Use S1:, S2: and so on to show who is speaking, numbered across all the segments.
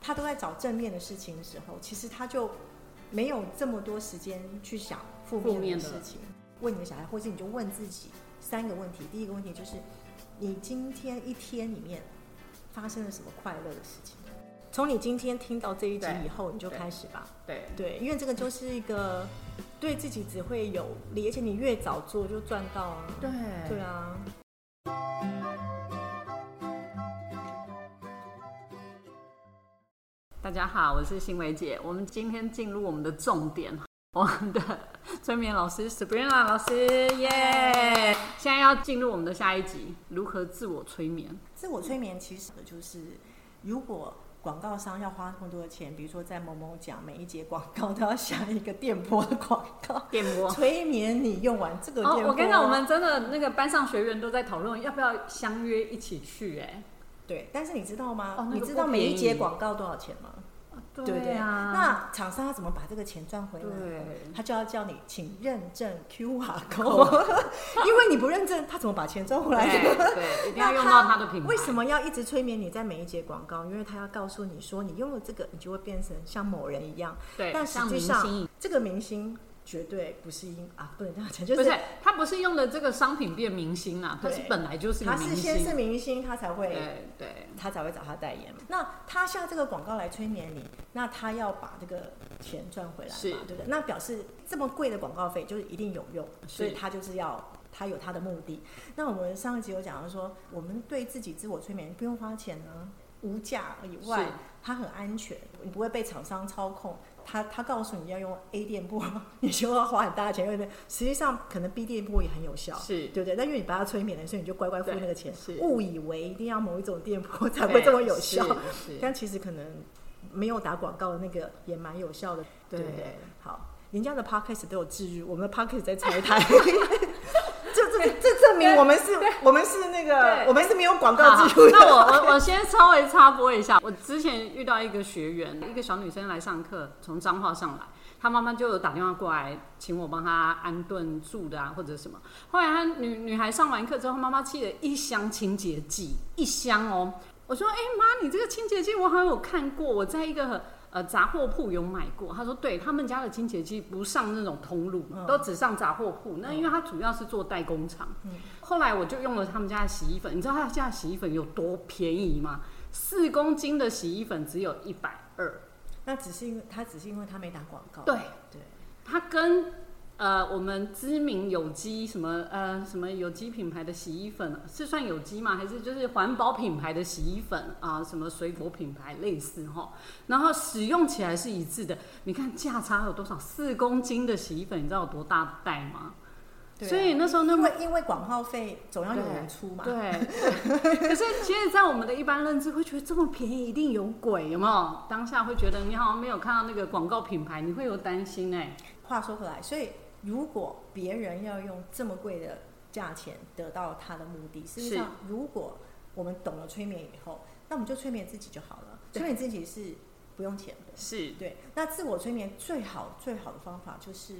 S1: 他都在找正面的事情的时候，其实他就没有这么多时间去想负
S2: 负
S1: 面
S2: 面
S1: 的
S2: 的
S1: 事情。问你的小孩，或是你就问自己三个问题。第一个问题就是，你今天一天里面发生了什么快乐的事情？从你今天听到这一集
S2: 对
S1: 以后，你就
S2: 对
S1: 开始吧。
S2: 对，
S1: 对，因为这个就是一个对自己只会有利，而且你越早做就赚到啊。
S2: 对，
S1: 对啊。
S2: 大家好，我是欣维姐。我们今天进入我们的重点，我们的催眠老师 Sabrina 老师，耶、现在要进入我们的下一集，如何自我催眠？
S1: 自我催眠其实就是，如果广告商要花那么多的钱，比如说在某某奖每一节广告都要下一个电波的广告，
S2: 电 波。
S1: 催眠你用完这个电波、
S2: 哦，我跟你讲，我们真的那个班上学员都在讨论要不要相约一起去、
S1: 对，但是你知道吗？
S2: 哦那个
S1: 你知道
S2: 不
S1: 每
S2: 便宜
S1: 一节广告多少钱吗？
S2: 哎，
S1: 对不对
S2: 啊，
S1: 那厂商要怎么把这个钱赚回来？
S2: 对
S1: 他就要叫你请认证 QR code，因为你不认证，他怎么把钱赚回来？
S2: 对对，一定要
S1: 那
S2: 用到它的品 牌。
S1: 为什么要一直催眠你在每一节广告？因为他要告诉你说，你用了这个，你就会变成像某人一样。
S2: 对，
S1: 但实
S2: 像
S1: 际
S2: 明
S1: 上
S2: 星一
S1: 这个明星绝对不是因啊，不能这样讲，就
S2: 不
S1: 是
S2: 是，他不是用的这个商品变明星啊，他
S1: 对
S2: 是本来就是个
S1: 他
S2: 明
S1: 是先是
S2: 星。
S1: 明星，他才会
S2: 对对，
S1: 他才会找他代言嘛。那他下这个广告来催眠你，那他要把这个钱赚回来嘛，
S2: 是
S1: 对不对？那表示这么贵的广告费就是一定有用，
S2: 是
S1: 所以他就是要。他有他的目的。那我们上一集有讲到说，我们对自己自我催眠不用花钱呢，无价以外
S2: 是，
S1: 它很安全，你不会被厂商操控。他他告诉你要用 A 电波， 你就要花很大的钱，因为实际上可能 B 电波也很有效，
S2: 是
S1: 对不对？但因为你把它催眠了，所以你就乖乖付
S2: 对
S1: 那个钱
S2: 是，
S1: 误以为一定要某一种电波才会这么有效，
S2: 对是 是
S1: 但其实可能没有打广告的那个也蛮有效的，对不对
S2: 对？
S1: 好，人家的 podcast 都有置入，我们的 podcast 在拆台。 这这这证明我们是，我们是那个，
S2: 对
S1: 我们是没有广
S2: 好
S1: 告植入的。
S2: 那我我我先稍微插播一下，我之前遇到一个学员，一个小女生来上课，从彰化上来，她妈妈就有打电话过来，请我帮她安顿住的啊，或者什么。后来她女女孩上完课之后，她妈妈寄了一箱清洁剂，一箱哦。我说：“哎、妈，你这个清洁剂我好像有看过，我在一个呃杂货铺有买过。”她说：“对他们家的清洁剂不上那种通路，
S1: 嗯
S2: 都只上杂货铺。那因为它主要是做代工厂。后来我就用了他们家的洗衣粉，你知道他家的洗衣粉有多便宜吗？四公斤的洗衣粉只有一百二，
S1: 那只是因为他只是因为他没打广告。
S2: 对
S1: 对，
S2: 它跟呃我们知名有机什么呃什么有机品牌的洗衣粉是算有机吗？还是就是环保品牌的洗衣粉啊、什么水果品牌类似哈？然后使用起来是一致的，你看价差有多少？四公斤的洗衣粉，你知道有多大袋吗？
S1: 对啊
S2: 所以那时候那
S1: 因为因为广告费总要有人出嘛。
S2: 对， 可是其实，在我们的一般认知，会觉得这么便宜一定有鬼，有没有？当下会觉得你好像没有看到那个广告品牌，你会有担心哎、
S1: 话说回来，所以如果别人要用这么贵的价钱得到他的目的，事实
S2: 是
S1: 上，如果我们懂了催眠以后，那我们就催眠自己就好了。
S2: 对
S1: 催眠自己是不用钱的。
S2: 是
S1: 对，那自我催眠最好最好的方法就是，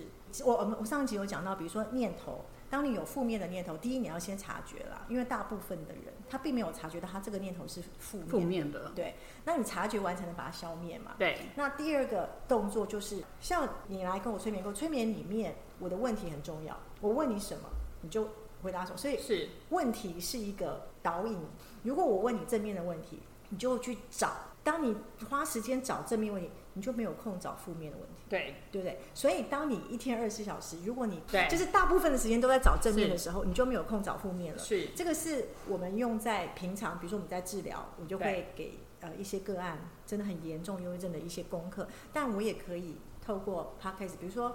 S1: 我我们我上一集有讲到，比如说念头，当你有负面的念头，第一你要先察觉啦，因为大部分的人他并没有察觉到他这个念头是负面的，
S2: 负面的，
S1: 对，那你察觉完才能把它消灭嘛。
S2: 对，
S1: 那第二个动作就是，像你来跟我催眠过，催眠里面我的问题很重要，我问你什么，你就回答什么。所以
S2: 是
S1: 问题是一个导引。如果我问你正面的问题，你就去找。当你花时间找正面问题，你就没有空找负面的问题，
S2: 对，
S1: 对不对？所以当你一天二十四小时，如果你
S2: 对
S1: 就是大部分的时间都在找正面的时候，你就没有空找负面了。
S2: 是
S1: 这个是我们用在平常，比如说我们在治疗，我就会给呃一些个案真的很严重忧郁症的一些功课，但我也可以透过 podcast，比如说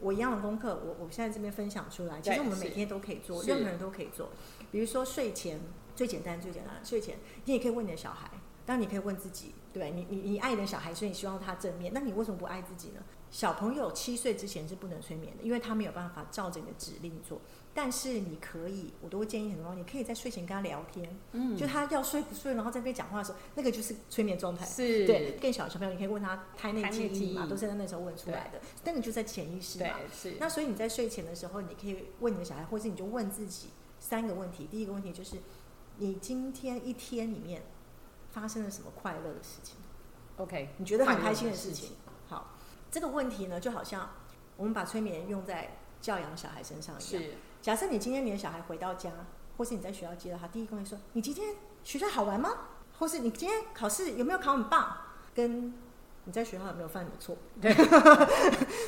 S1: 我一样的功课，我我现在这边分享出来，其实
S2: 对
S1: 我们每
S2: 是
S1: 天都可以做，
S2: 是
S1: 任何人都可以做。比如说睡前最简单最简单，睡前你也可以问你的小孩，当然你可以问自己，对吧你你你爱你的小孩，所以你希望他正面，那你为什么不爱自己呢？小朋友七岁之前是不能催眠的，因为他没有办法照着你的指令做。但是你可以，我都会建议很多妈妈，你可以在睡前跟他聊天，
S2: 嗯，
S1: 就他要睡不睡，然后在那边讲话的时候，那个就是催眠状态。
S2: 是
S1: 对，更小的小朋友，你可以问他胎内
S2: 胎
S1: 记
S2: 内
S1: 忆嘛，
S2: 记忆
S1: 都是在那时候问出来的，那个就在潜意识嘛
S2: 对。是
S1: 那所以你在睡前的时候，你可以问你的小孩，或是你就问自己三个问题。第一个问题就是，你今天一天里面发生了什么快乐的事情？
S2: OK，
S1: 你觉得很
S2: 快乐
S1: 开心的
S2: 的
S1: 事
S2: 事
S1: 情。好，这个问题呢，就好像我们把催眠用在教养小孩身上一样。
S2: 是
S1: 假设你今天你的小孩回到家，或是你在学校接到他，第一个问题说：“你今天学校好玩吗？”或是“你今天考试有没有考很棒？”跟你在学校有没有犯什么错？
S2: 对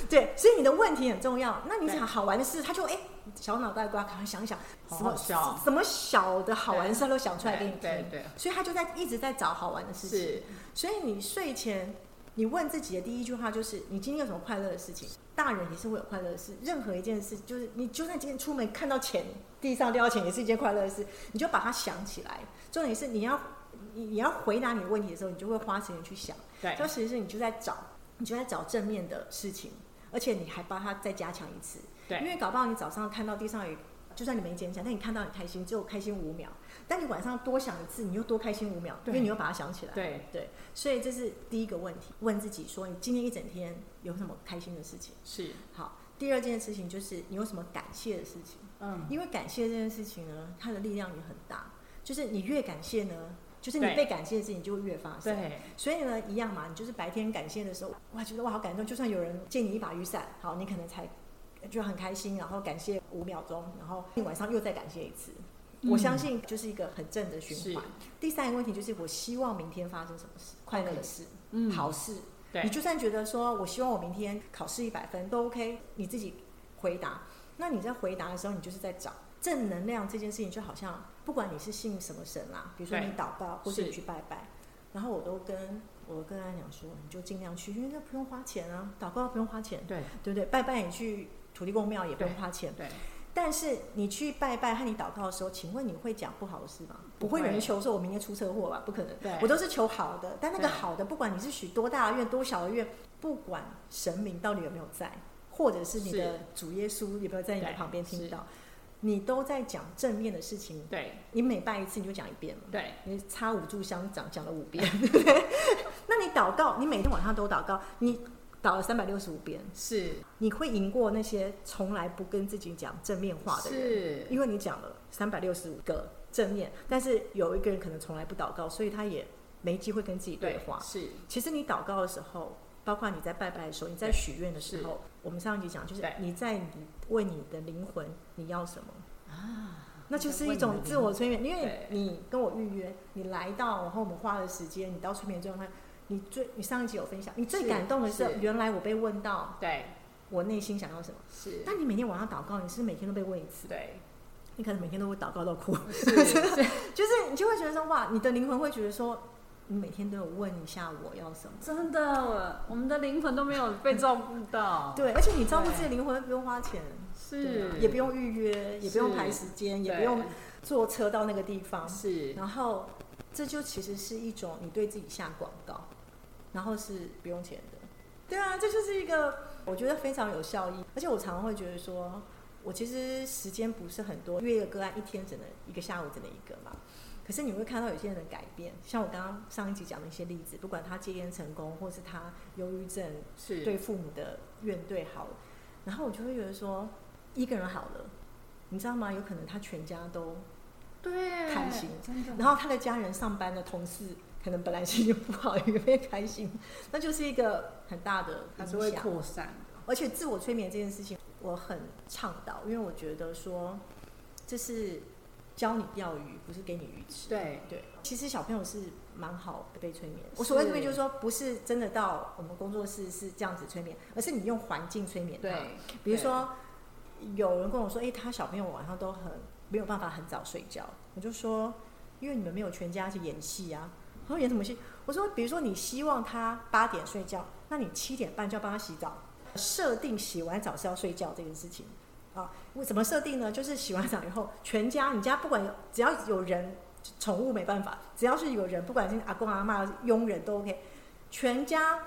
S1: 对，所以你的问题很重要。那你
S2: 对
S1: 想好玩的事，他就哎、小脑袋瓜，赶快想一想，
S2: 好
S1: 什么
S2: 好笑
S1: 什么小的好玩的事他都想出来给你听。
S2: 对对对
S1: 所以他就在一直在找好玩的事情。
S2: 是
S1: 所以你睡前，你问自己的第一句话就是：你今天有什么快乐的事情？大人也是会有快乐的事，任何一件事，就是你就算今天出门看到钱，地上掉到钱，也是一件快乐的事。你就把它想起来。重点是你要你你要回答你的问题的时候，你就会花时间去想。
S2: 对
S1: 这其实你就在找，你就在找正面的事情，而且你还帮他再加强一次。
S2: 对
S1: 因为搞不好你早上看到地上有，就算你没捡起来，但你看到很开心，只有开心五秒。但你晚上多想一次，你又多开心五秒，因
S2: 对
S1: 为你又把它想起来。
S2: 对。
S1: 对，所以这是第一个问题，问自己说你今天一整天有什么开心的事情？
S2: 是，
S1: 好，第二件事情就是你有什么感谢的事情，
S2: 嗯，
S1: 因为感谢这件事情呢，它的力量也很大，就是你越感谢呢，就是你
S2: 对
S1: 被感谢的事情就会越发生。
S2: 对，
S1: 所以呢，一样嘛，你就是白天感谢的时候，哇，觉得哇好感动，就算有人借你一把雨伞，好，你可能才就很开心，然后感谢五秒钟，然后你晚上又再感谢一次。
S2: 嗯
S1: 我相信就是一个很正的
S2: 是
S1: 循环。，第三个问题就是，我希望明天发生什么事，快乐的事、
S2: 嗯，
S1: 好事。
S2: 对
S1: 你就算觉得说我希望我明天考试一百分都 OK，你自己回答。那你在回答的时候，你就是在找正能量这件事情，就好像不管你是信什么神啦、比如说
S2: 对
S1: 你祷告或是你
S2: 是
S1: 去拜拜，然后我都跟我跟他讲说，你就尽量去，因为那不用花钱啊，祷告不用花钱，
S2: 对
S1: 对不对？拜拜你去土地公庙也不用
S2: 对
S1: 花钱，
S2: 对，
S1: 但是你去拜拜和你祷告的时候，请问你会讲不好的事吗？
S2: 不
S1: 不
S2: 会
S1: 会有人求说我明天出车祸啊吧？不可能
S2: 对，
S1: 我都是求好的。但那个
S2: 对
S1: 好的，不管你是许多大的愿、多小的愿，不管神明到底有没有在，或者是你
S2: 是
S1: 的主耶稣有没有在你的
S2: 对
S1: 旁边
S2: 是
S1: 听到，你都在讲正面的事情。
S2: 对
S1: 你每拜一次你就讲一遍嘛，
S2: 对
S1: 你插五炷香讲讲了五遍，对不对？ 那你祷告，你每天晚上都祷告，你祷了三百六十五遍，
S2: 是
S1: 你会赢过那些从来不跟自己讲正面话的人。
S2: 是，
S1: 因为你讲了三百六十五个正面，但是有一个人可能从来不祷告，所以他也没机会跟自己对话。
S2: 是
S1: 其实你祷告的时候，包括你在拜拜的时候，你在许愿的时候，我们上一集讲就是
S2: 对
S1: 你在你为你的灵魂你要什么，
S2: 啊，
S1: 那就是一种自我催眠。因
S2: 对
S1: 为你跟我预约，你来到，然后我们花了时间，你到催眠状态，你最你上一集有分享，你最
S2: 是
S1: 感动的是
S2: 是
S1: 原来我被问到
S2: 对
S1: 我内心想要什么。
S2: 是，
S1: 但你每天晚上祷告，你是不是每天都被问一次，
S2: 对
S1: 你可能每天都会祷告到哭。
S2: 是
S1: 就是你就会觉得说，哇，你的灵魂会觉得说，你每天都有问一下我要什么。
S2: 真的，我们的灵魂都没有被照顾到，
S1: 对，而且你照顾自己的灵魂不用花钱，对
S2: 是
S1: 啊也不用预约，也不用排时间，也不用坐车到那个地方
S2: 对。是
S1: 然后，这就其实是一种你对自己下广告，然后是不用钱的。对啊，这就是一个我觉得非常有效益，而且我常常会觉得说，我其实时间不是很多，因为一个个案一天只能一个下午只能一个嘛。可是你会看到有些人的改变，像我刚刚上一集讲的一些例子，不管他戒烟成功，或是他忧郁症
S2: 是，
S1: 对父母的怨对好了，然后我就会觉得说，一个人好了，你知道吗？有可能他全家都
S2: 对，
S1: 开心
S2: 真的，
S1: 然后他的家人、上班的同事，可能本来心情不好，也会开心，那就是一个很大的
S2: 它是会
S1: 影响。
S2: 扩散的，
S1: 而且自我催眠这件事情，我很倡导，因为我觉得说，这是教你钓鱼，不是给你鱼吃。
S2: 对
S1: 对，其实小朋友是蛮好被催眠的。我所谓催眠，就是说不是真的到我们工作室是这样子催眠，而是你用环境催眠他。
S2: 对，
S1: 比如说，有人跟我说：“诶，他小朋友晚上都很没有办法很早睡觉。”我就说：“因为你们没有全家去演戏啊。”他说：“演什么戏？”我说：“比如说你希望他八点睡觉，那你七点半就要帮他洗澡，设定洗完澡是要睡觉这件事情啊。我怎么设定呢？就是洗完澡以后，全家你家不管有只要有人，宠物没办法，只要是有人，不管是阿公阿妈、佣人都 OK，全家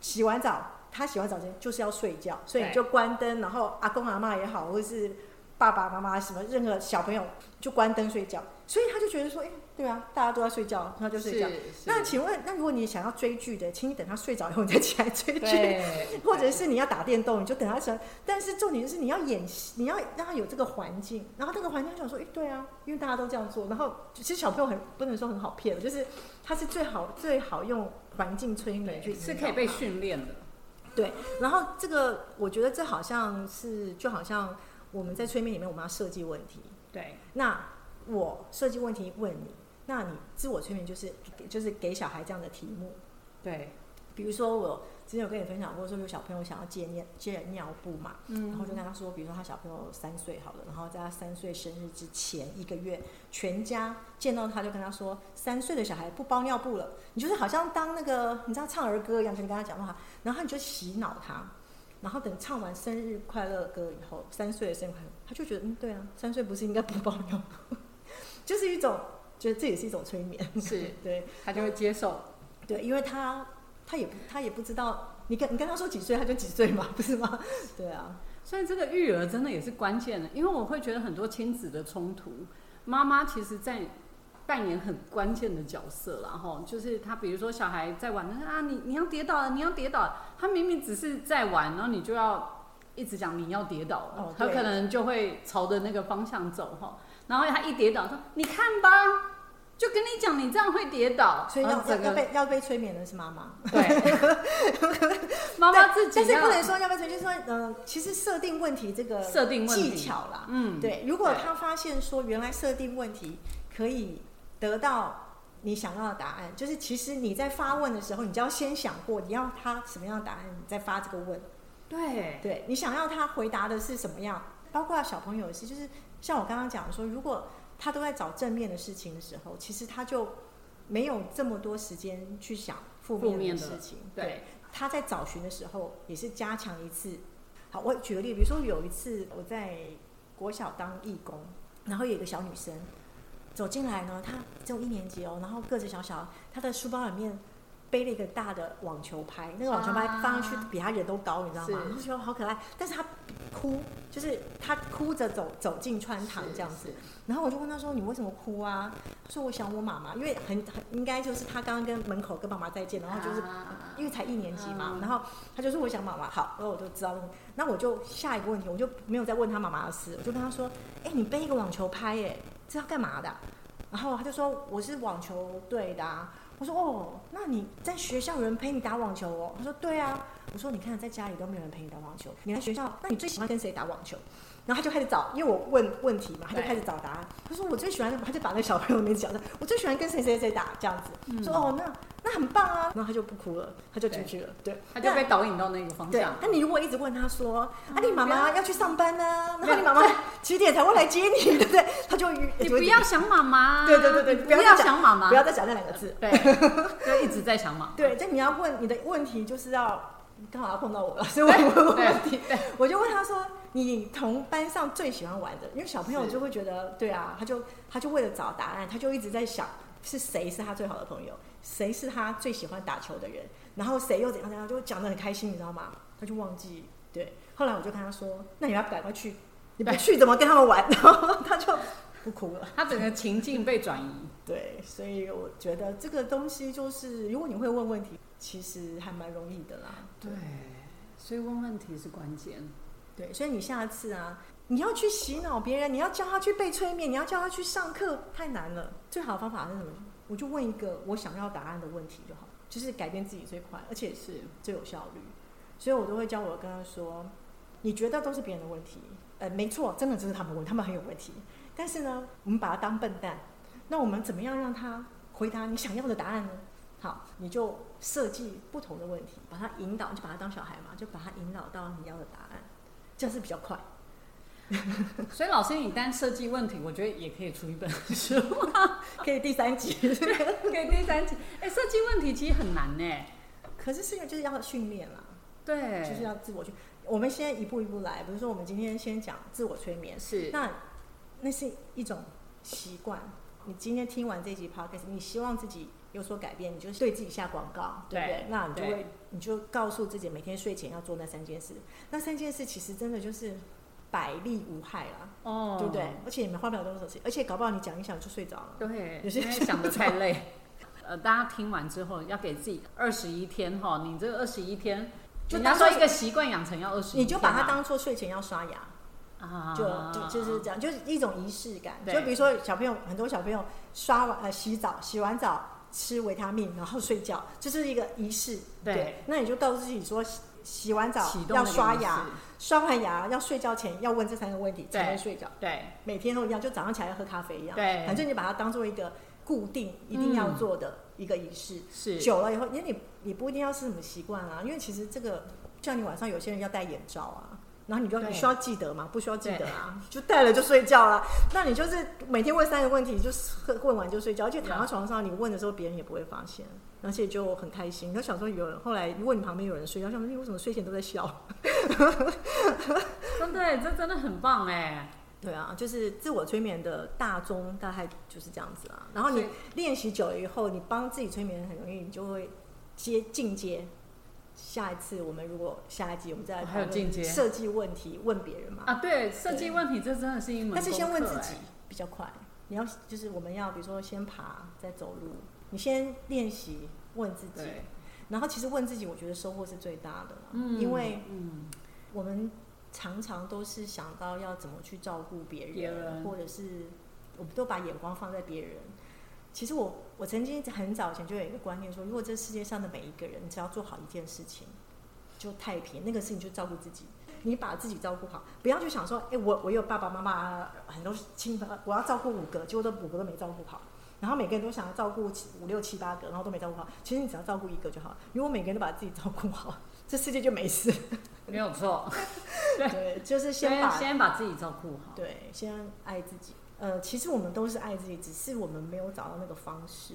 S1: 洗完澡，他洗完澡之前就是要睡觉，所以你
S2: 对
S1: 就关灯，然后阿公阿妈也好，或者是爸爸妈妈什么任何小朋友就关灯睡觉，所以他就觉得说，哎、对啊，大家都在睡觉，那就睡觉。那请问，那如果你想要追剧的，请你等他睡着以后你再起来追剧，
S3: 对，
S1: 或者是你要打电动，你就等他成。但是重点就是你要演戏，你要让他有这个环境，然后这个环境他想说，哎、对啊，因为大家都这样做。然后其实小朋友很不能说很好骗，就是他是最好最好用环境催眠去
S2: 对
S1: 引
S2: 是
S1: 导
S2: 可以被
S1: 他
S2: 训练的。
S1: 对，然后这个我觉得这好像是就好像我们在催眠里面，我们要设计问题。
S2: 对，
S1: 那我设计问题问你，那你自我催眠就是就是给小孩这样的题目。
S3: 对，
S1: 比如说我之前有跟你分享过，说有小朋友想要戒尿戒尿布嘛，
S2: 嗯
S1: 然后就跟他说，比如说他小朋友三岁好了，然后在他三岁生日之前一个月，全家见到他就跟他说，三岁的小孩不包尿布了，你就是好像当那个你知道唱儿歌一样，就你跟他讲话，然后你就洗脑他，然后等唱完生日快乐歌以后，三岁的生日快乐，他就觉得嗯对啊，三岁不是应该不包尿布， 就是一种，觉得这也是一种催眠，
S2: 是
S1: 对
S2: 他就会接受。
S1: 对，因为他他也不他也不知道。你跟你跟他说几岁，他就几岁嘛，不是吗？对啊，
S2: 所以这个育儿真的也是关键的，因为我会觉得很多亲子的冲突，妈妈其实在扮演很关键的角色啦，然后就是他比如说小孩在玩啊，你你要跌倒了，你要跌倒了，他明明只是在玩，然后你就要一直讲你要跌倒了，
S1: 哦
S2: 他
S1: 对
S2: 可能就会朝着那个方向走哈，然后他一跌倒说你看吧，就跟你讲你这样会跌倒，
S1: 所以
S2: 然
S1: 要
S2: 后
S1: 要
S2: 啊整
S1: 要
S2: 个
S1: 被要被催眠的是妈妈，
S2: 对，妈妈自己
S1: 但是
S2: 要
S1: 不能说要被催眠，就是说嗯、呃其实设定问题这个
S2: 设定问
S1: 技
S2: 题，
S1: 巧啦，
S2: 嗯，
S1: 对，如果
S2: 对
S1: 他发现说原来设定问题可以得到你想要的答案，就是其实你在发问的时候，你就要先想过你要他什么样的答案，你再发这个问。
S2: 对
S1: 对你想要他回答的是什么样？包括小朋友也是，就是像我刚刚讲说，如果他都在找正面的事情的时候，其实他就没有这么多时间去想负
S2: 负
S1: 面
S2: 面
S1: 的
S2: 的
S1: 事情。
S2: 对，
S1: 他在找寻的时候也是加强一次。好，我举个例，比如说有一次我在国小当义工，然后有一个小女生走进来呢，她只有一年级哦，然后个子小小，她的书包里面背了一个大的网球拍，那个网球拍
S2: 啊
S1: 放上去比她人都高，你知道
S2: 是
S1: 吗？然后觉得好可爱，但是她哭，就是她哭着走走进穿堂这样子。
S2: 子。
S1: 然后我就问他说：“你为什么哭啊？”他说：“我想我妈妈，因为很很应该就是他刚刚跟门口跟妈妈再见，然后就是、
S2: 啊
S1: 因为才一年级嘛，
S2: 嗯
S1: 然后他就说我想妈妈。好，然后我就知道，那我就下一个问题，我就没有再问他妈妈的事，我就跟他说：‘哎、你背一个网球拍、耶，这要干嘛的啊、然后他就说：‘我是网球队的、啊。’我说：‘哦，那你在学校有人陪你打网球哦？’他说：‘对啊。’我说：‘你看在家里都没有人陪你打网球，你来学校，那你最喜欢跟谁打网球？’然后他就开始找，因为我问问题嘛，他就
S2: 对
S1: 开始找答案。他说我最喜欢，他就把那个小朋友名字讲的， 我最喜欢跟谁谁谁打这样子。
S2: 嗯
S1: 说哦，那那很棒啊，然后他就不哭了，他就进去了。对，
S2: 他就被导引到那个方
S1: 对
S2: 向。。
S1: 那你如果一直问他说，啊，
S2: 嗯
S1: 你妈
S2: 不
S1: 妈
S2: 要
S1: 要去上班啊，然后
S2: 对
S1: 你妈妈几点才会来接你，对不对？他就
S2: 你不要想妈妈，
S1: 对对对对
S2: 你
S1: 不
S2: 不
S1: 要
S2: 要
S1: 再
S2: 想妈妈，
S1: 不要再讲那两个字。
S2: 对，就一直在想妈妈。
S1: 对，但你要问你的问题就是要刚好要碰到我了，所以我问问问题。
S2: 对对
S1: 我就问他说：“你同班上最喜欢玩的？”因为小朋友就会觉得，对啊，他就他就为了找答案，他就一直在想是谁是他最好的朋友，谁是他最喜欢打球的人，然后谁又怎样怎样，就讲得很开心，你知道吗？他就忘记。对，后来我就跟他说：“那你要赶快去，你不
S2: 对
S1: 去怎么跟他们玩？” 然后他就不哭了。
S2: 他整个情境被转移。
S1: 对，所以我觉得这个东西就是，如果你会问问题，其实还蛮容易的啦。
S2: 对，所以问问题是关键。
S1: 对，所以你下次啊，你要去洗脑别人，你要叫他去被催眠，你要叫他去上课，太难了。最好的方法是什么？我就问一个我想要答案的问题就好，就是改变自己最快，而且是最有效率。所以我都会教我跟他说，你觉得都是别人的问题，呃，没错，真的就是他们问，他们很有问题。但是呢，我们把他当笨蛋，那我们怎么样让他回答你想要的答案呢？好，你就设计不同的问题，把他引导，你就把他当小孩嘛，就把他引导到你要的答案。这样是比较快。
S2: 所以老师，你单设计问题，我觉得也可以出一本书，啊
S1: 可以第三集，
S2: 给第三集。哎，设计问题其实很难呢。
S1: 可是是因为就是要训练啦，
S2: 对，
S1: 就是要自我去。我们现在一步一步来，比如说我们今天先讲自我催眠，
S2: 是
S1: 那那是一种习惯。你今天听完这集 podcast，你希望自己有所改变，你就对自己下广告，对不对？
S2: 对
S1: 那你就
S2: 对
S1: 会，你就告诉自己每天睡前要做那三件事。那三件事其实真的就是百利无害啦，
S2: 哦，
S1: 对不对？？而且你们花不了多少时间，而且搞不好你讲一讲就睡着了。
S2: 对，
S1: 有些
S2: 因为想的太累。呃，大家听完之后要给自己二十一天哈，你这二十一天，
S1: 就
S2: 人家
S1: 当做
S2: 说一个习惯养成要二十、
S1: 你就把它当做睡前要刷牙，
S2: 啊，
S1: 就就就是这样，就是一种仪式感。
S2: 对
S1: 就比如说小朋友，很多小朋友刷完呃洗澡，洗完澡吃维他命，然后睡觉，就是一个仪式。
S2: 对
S1: 那你就告诉自己说，洗洗完澡
S2: 启动
S1: 要
S2: 那个
S1: 刷
S2: 仪
S1: 牙，刷完牙要睡觉前要问这三个问题才能
S2: 对
S1: 睡觉。
S2: 式，对
S1: 每天都一样，就早上起来要喝咖啡一样。
S2: 对嗯
S1: 反正你把它当做一个固定一定要做的一个仪式。
S2: 是
S1: 久了以后，因为你你不一定要是什么习惯啊，因为其实这个像你晚上有些人要戴眼罩啊，然后你就
S2: 对
S1: 你需要记得吗？不需要记得啊，就戴了就睡觉啦。那你就是每天问三个问题，就是问完就睡觉，而且躺在床上你问的时候，别人也不会发现。而且就很开心，他想说有人后来问你旁边有人睡觉，想说哎你为什么睡前都在笑？
S2: 真的，这真的很棒哎。
S1: 对啊，就是自我催眠的大宗大概就是这样子啊。然后你
S2: 是
S1: 练习久了以后，你帮自己催眠很容易，你就会接进阶。下一次我们如果下一集我们再来
S2: 哦
S1: 讨
S2: 还有
S1: 论
S2: 进阶
S1: 设计问题，问别人嘛。
S2: 啊，对，设计
S1: 对
S2: 问题这真的是一门功课
S1: 但
S2: 哎，
S1: 是先问自己比较快。你要就是我们要比如说先爬再走路，你先练习问自己，
S2: 对，
S1: 然后其实问自己，我觉得收获是最大的啦，
S2: 嗯，
S1: 因为
S2: 嗯，
S1: 我们常常都是想到要怎么去照顾别人，
S2: 别人
S1: 或者是我们都把眼光放在别人。其实我我曾经很早以前就有一个观念说，如果这世界上的每一个人只要做好一件事情，就太平，那个事情就照顾自己。你把自己照顾好，不要去想说，哎、我我有爸爸妈妈，很多亲朋，我要照顾五个，结果都五个都没照顾好。然后每个人都想要照顾七五六七八个，然后都没照顾好。其实你只要照顾一个就好。如果每个人都把自己照顾好，这世界就没事。
S2: 没有错，
S1: 对，就是先把
S2: 先把自己照顾好，
S1: 对，先爱自己。呃，其实我们都是爱自己，只是我们没有找到那个方式。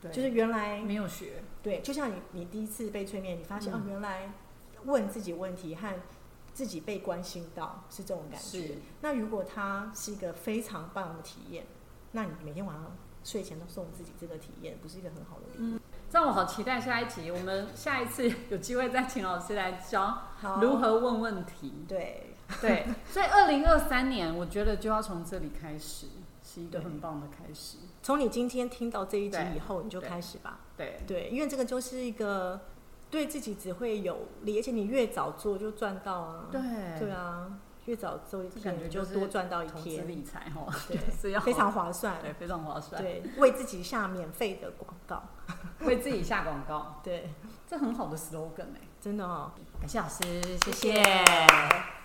S2: 对
S1: 就是原来
S2: 没有学，
S1: 对，就像你你第一次被催眠，你发现、
S2: 嗯
S1: 哦，原来问自己问题和自己被关心到是这种感觉。
S2: 是
S1: 那如果它是一个非常棒的体验，那你每天晚上睡前都送自己这个体验，不是一个很好的礼物。
S2: 让我好期待下一集，我们下一次 有机会再请老师来教
S1: 好，
S2: 如何问问题。
S1: 对
S2: 对，所以二零二三年，我觉得就要从这里开始，是一个
S1: 对
S2: 很棒的开始。
S1: 从你今天听到这一集
S2: 对
S1: 以后，你就
S2: 对
S1: 开始吧。
S2: 对，
S1: 对，因为这个就是一个对自己只会有利，而且你越早做就赚到啊。
S2: 对
S1: 对啊，越早做一
S2: 这感
S1: 天
S2: 觉
S1: 你
S2: 就
S1: 就是多赚到一
S2: 投资
S1: 天，
S2: 理财哈，
S1: 对
S2: 就是要
S1: 非常划算。
S2: 对非常划算，
S1: 对，为自己下免费的广告，
S2: 为自己下广告，
S1: 对，
S2: 这很好的 slogan 哎、
S1: 真的哦。
S2: 感谢老师，
S1: 谢谢
S2: 谢谢